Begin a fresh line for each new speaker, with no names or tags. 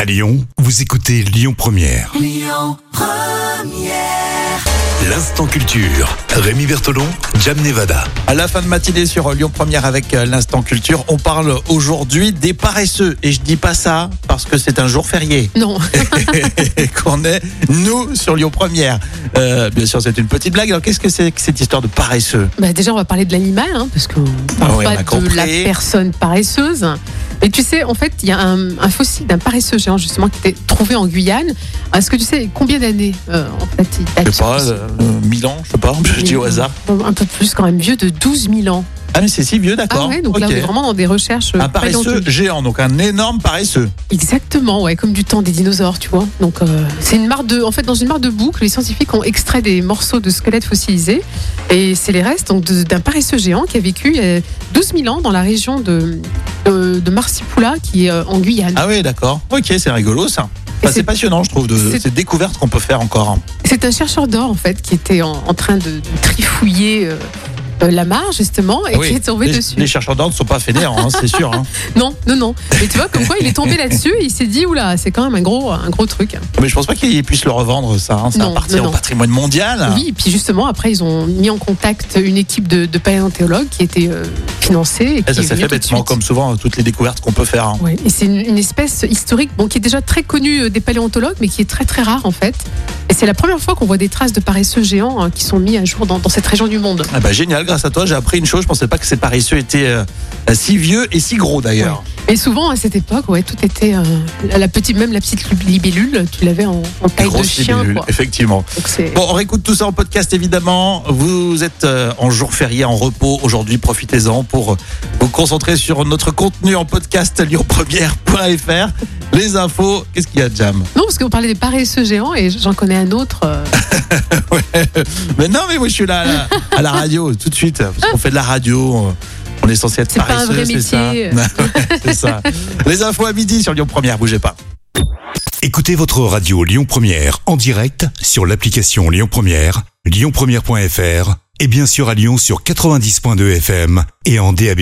À Lyon, vous écoutez Lyon Première. L'instant culture. Rémi Bertolon, Jam Nevada.
À la fin de matinée sur Lyon Première avec euh, l'instant culture, on parle aujourd'hui des paresseux et je dis pas ça parce que c'est un jour férié
Non,
et qu'on est nous sur Lyon Première. Euh, bien sûr, c'est une petite blague. Alors qu'est-ce que c'est que cette histoire de paresseux
bah déjà on va parler de l'animal, hein, parce qu'on ne parle
Ah oui, on a
pas de
compris.
la personne paresseuse. Et tu sais, en fait, il y a un, un fossile d'un paresseux géant justement qui était trouvé en Guyane. Est-ce que tu sais combien d'années euh, en fait, il date,
Je sais pas,
ce
euh, 1000 ans, je sais pas, je dis au hasard.
fossile Un peu plus quand même vieux de 12 000 ans.
Ah mais c'est si vieux, d'accord.
Ah ouais, donc là on
Ok.
est vraiment dans des recherches. euh,
Un paresseux
paléontologiques.
géant, donc un énorme paresseux.
Exactement, ouais, comme du temps des dinosaures, tu vois. Donc euh, c'est une mare de, en fait, dans une mare de boucle, les scientifiques ont extrait des morceaux de squelettes fossilisés et c'est les restes donc de- d'un paresseux géant qui a vécu euh, 12 000 ans dans la région de de, de Marsipula, qui est euh, en Guyane.
Ah oui, d'accord. Ok, c'est rigolo ça.
Et
Bah, c'est
c'est-
passionnant, je trouve, de
c'est-
cette découverte qu'on peut faire encore.
C'est un chercheur d'or en fait qui était en, en train de, de trifouiller. euh, euh, la mare justement et
Ah Oui,
qui est tombé
Les,
dessus.
les chercheurs d'or ne sont pas fainéants, hein, c'est sûr. hein.
Non, non, non. Mais tu vois comme quoi il est tombé là-dessus et il s'est dit oula c'est quand même un gros, un gros truc.
Mais je pense pas qu'ils puissent le revendre, ça. hein. Ça
Non,
appartient
non,
au
non.
patrimoine mondial.
Oui, et puis justement, après, ils ont mis en contact une équipe de, de paléontologues qui était euh, financée. Et
Et
qui
ça
est
s'est fait
venue tout de
bêtement,
suite.
comme souvent, hein, toutes les découvertes qu'on peut faire. hein.
Ouais, et c'est une, une espèce historique bon, qui est déjà très connue euh, des paléontologues, mais qui est très très rare en fait. Et c'est la première fois qu'on voit des traces de paresseux géants hein, qui sont mis à jour dans, dans cette région du monde.
Ah bah, génial, grâce à toi, j'ai appris une chose. Je pensais pas que ces paresseux étaient euh, si vieux et si gros d'ailleurs.
Et souvent à cette époque, ouais, tout était euh, la- la petite, même la petite libellule, tu l'avais en, en
Des
taille de
grosses
chien.
libellules,
Quoi.
effectivement.
Donc c'est-
Bon, on réécoute tout ça en podcast évidemment. Vous êtes euh, en jour férié, en repos aujourd'hui. Profitez-en pour euh, vous concentrer sur notre contenu en podcast lyonpremière.fr. Les infos, qu'est-ce qu'il y a, Jam
Non, parce qu'on parlait des paresseux géants et j'en connais un autre. euh,
Mais non, mais moi je suis là à la, à la radio tout de suite. Parce qu'on fait de la radio. euh, On est censé être
C'est pas un
paresseux,
vrai
c'est ça.
métier.
Ouais, c'est ça. Les infos à midi sur Lyon Première, bougez pas.
Écoutez votre radio Lyon Première en direct sur l'application Lyon Première, lyonpremière.fr et bien sûr à Lyon sur 90.2 FM et en DAB+.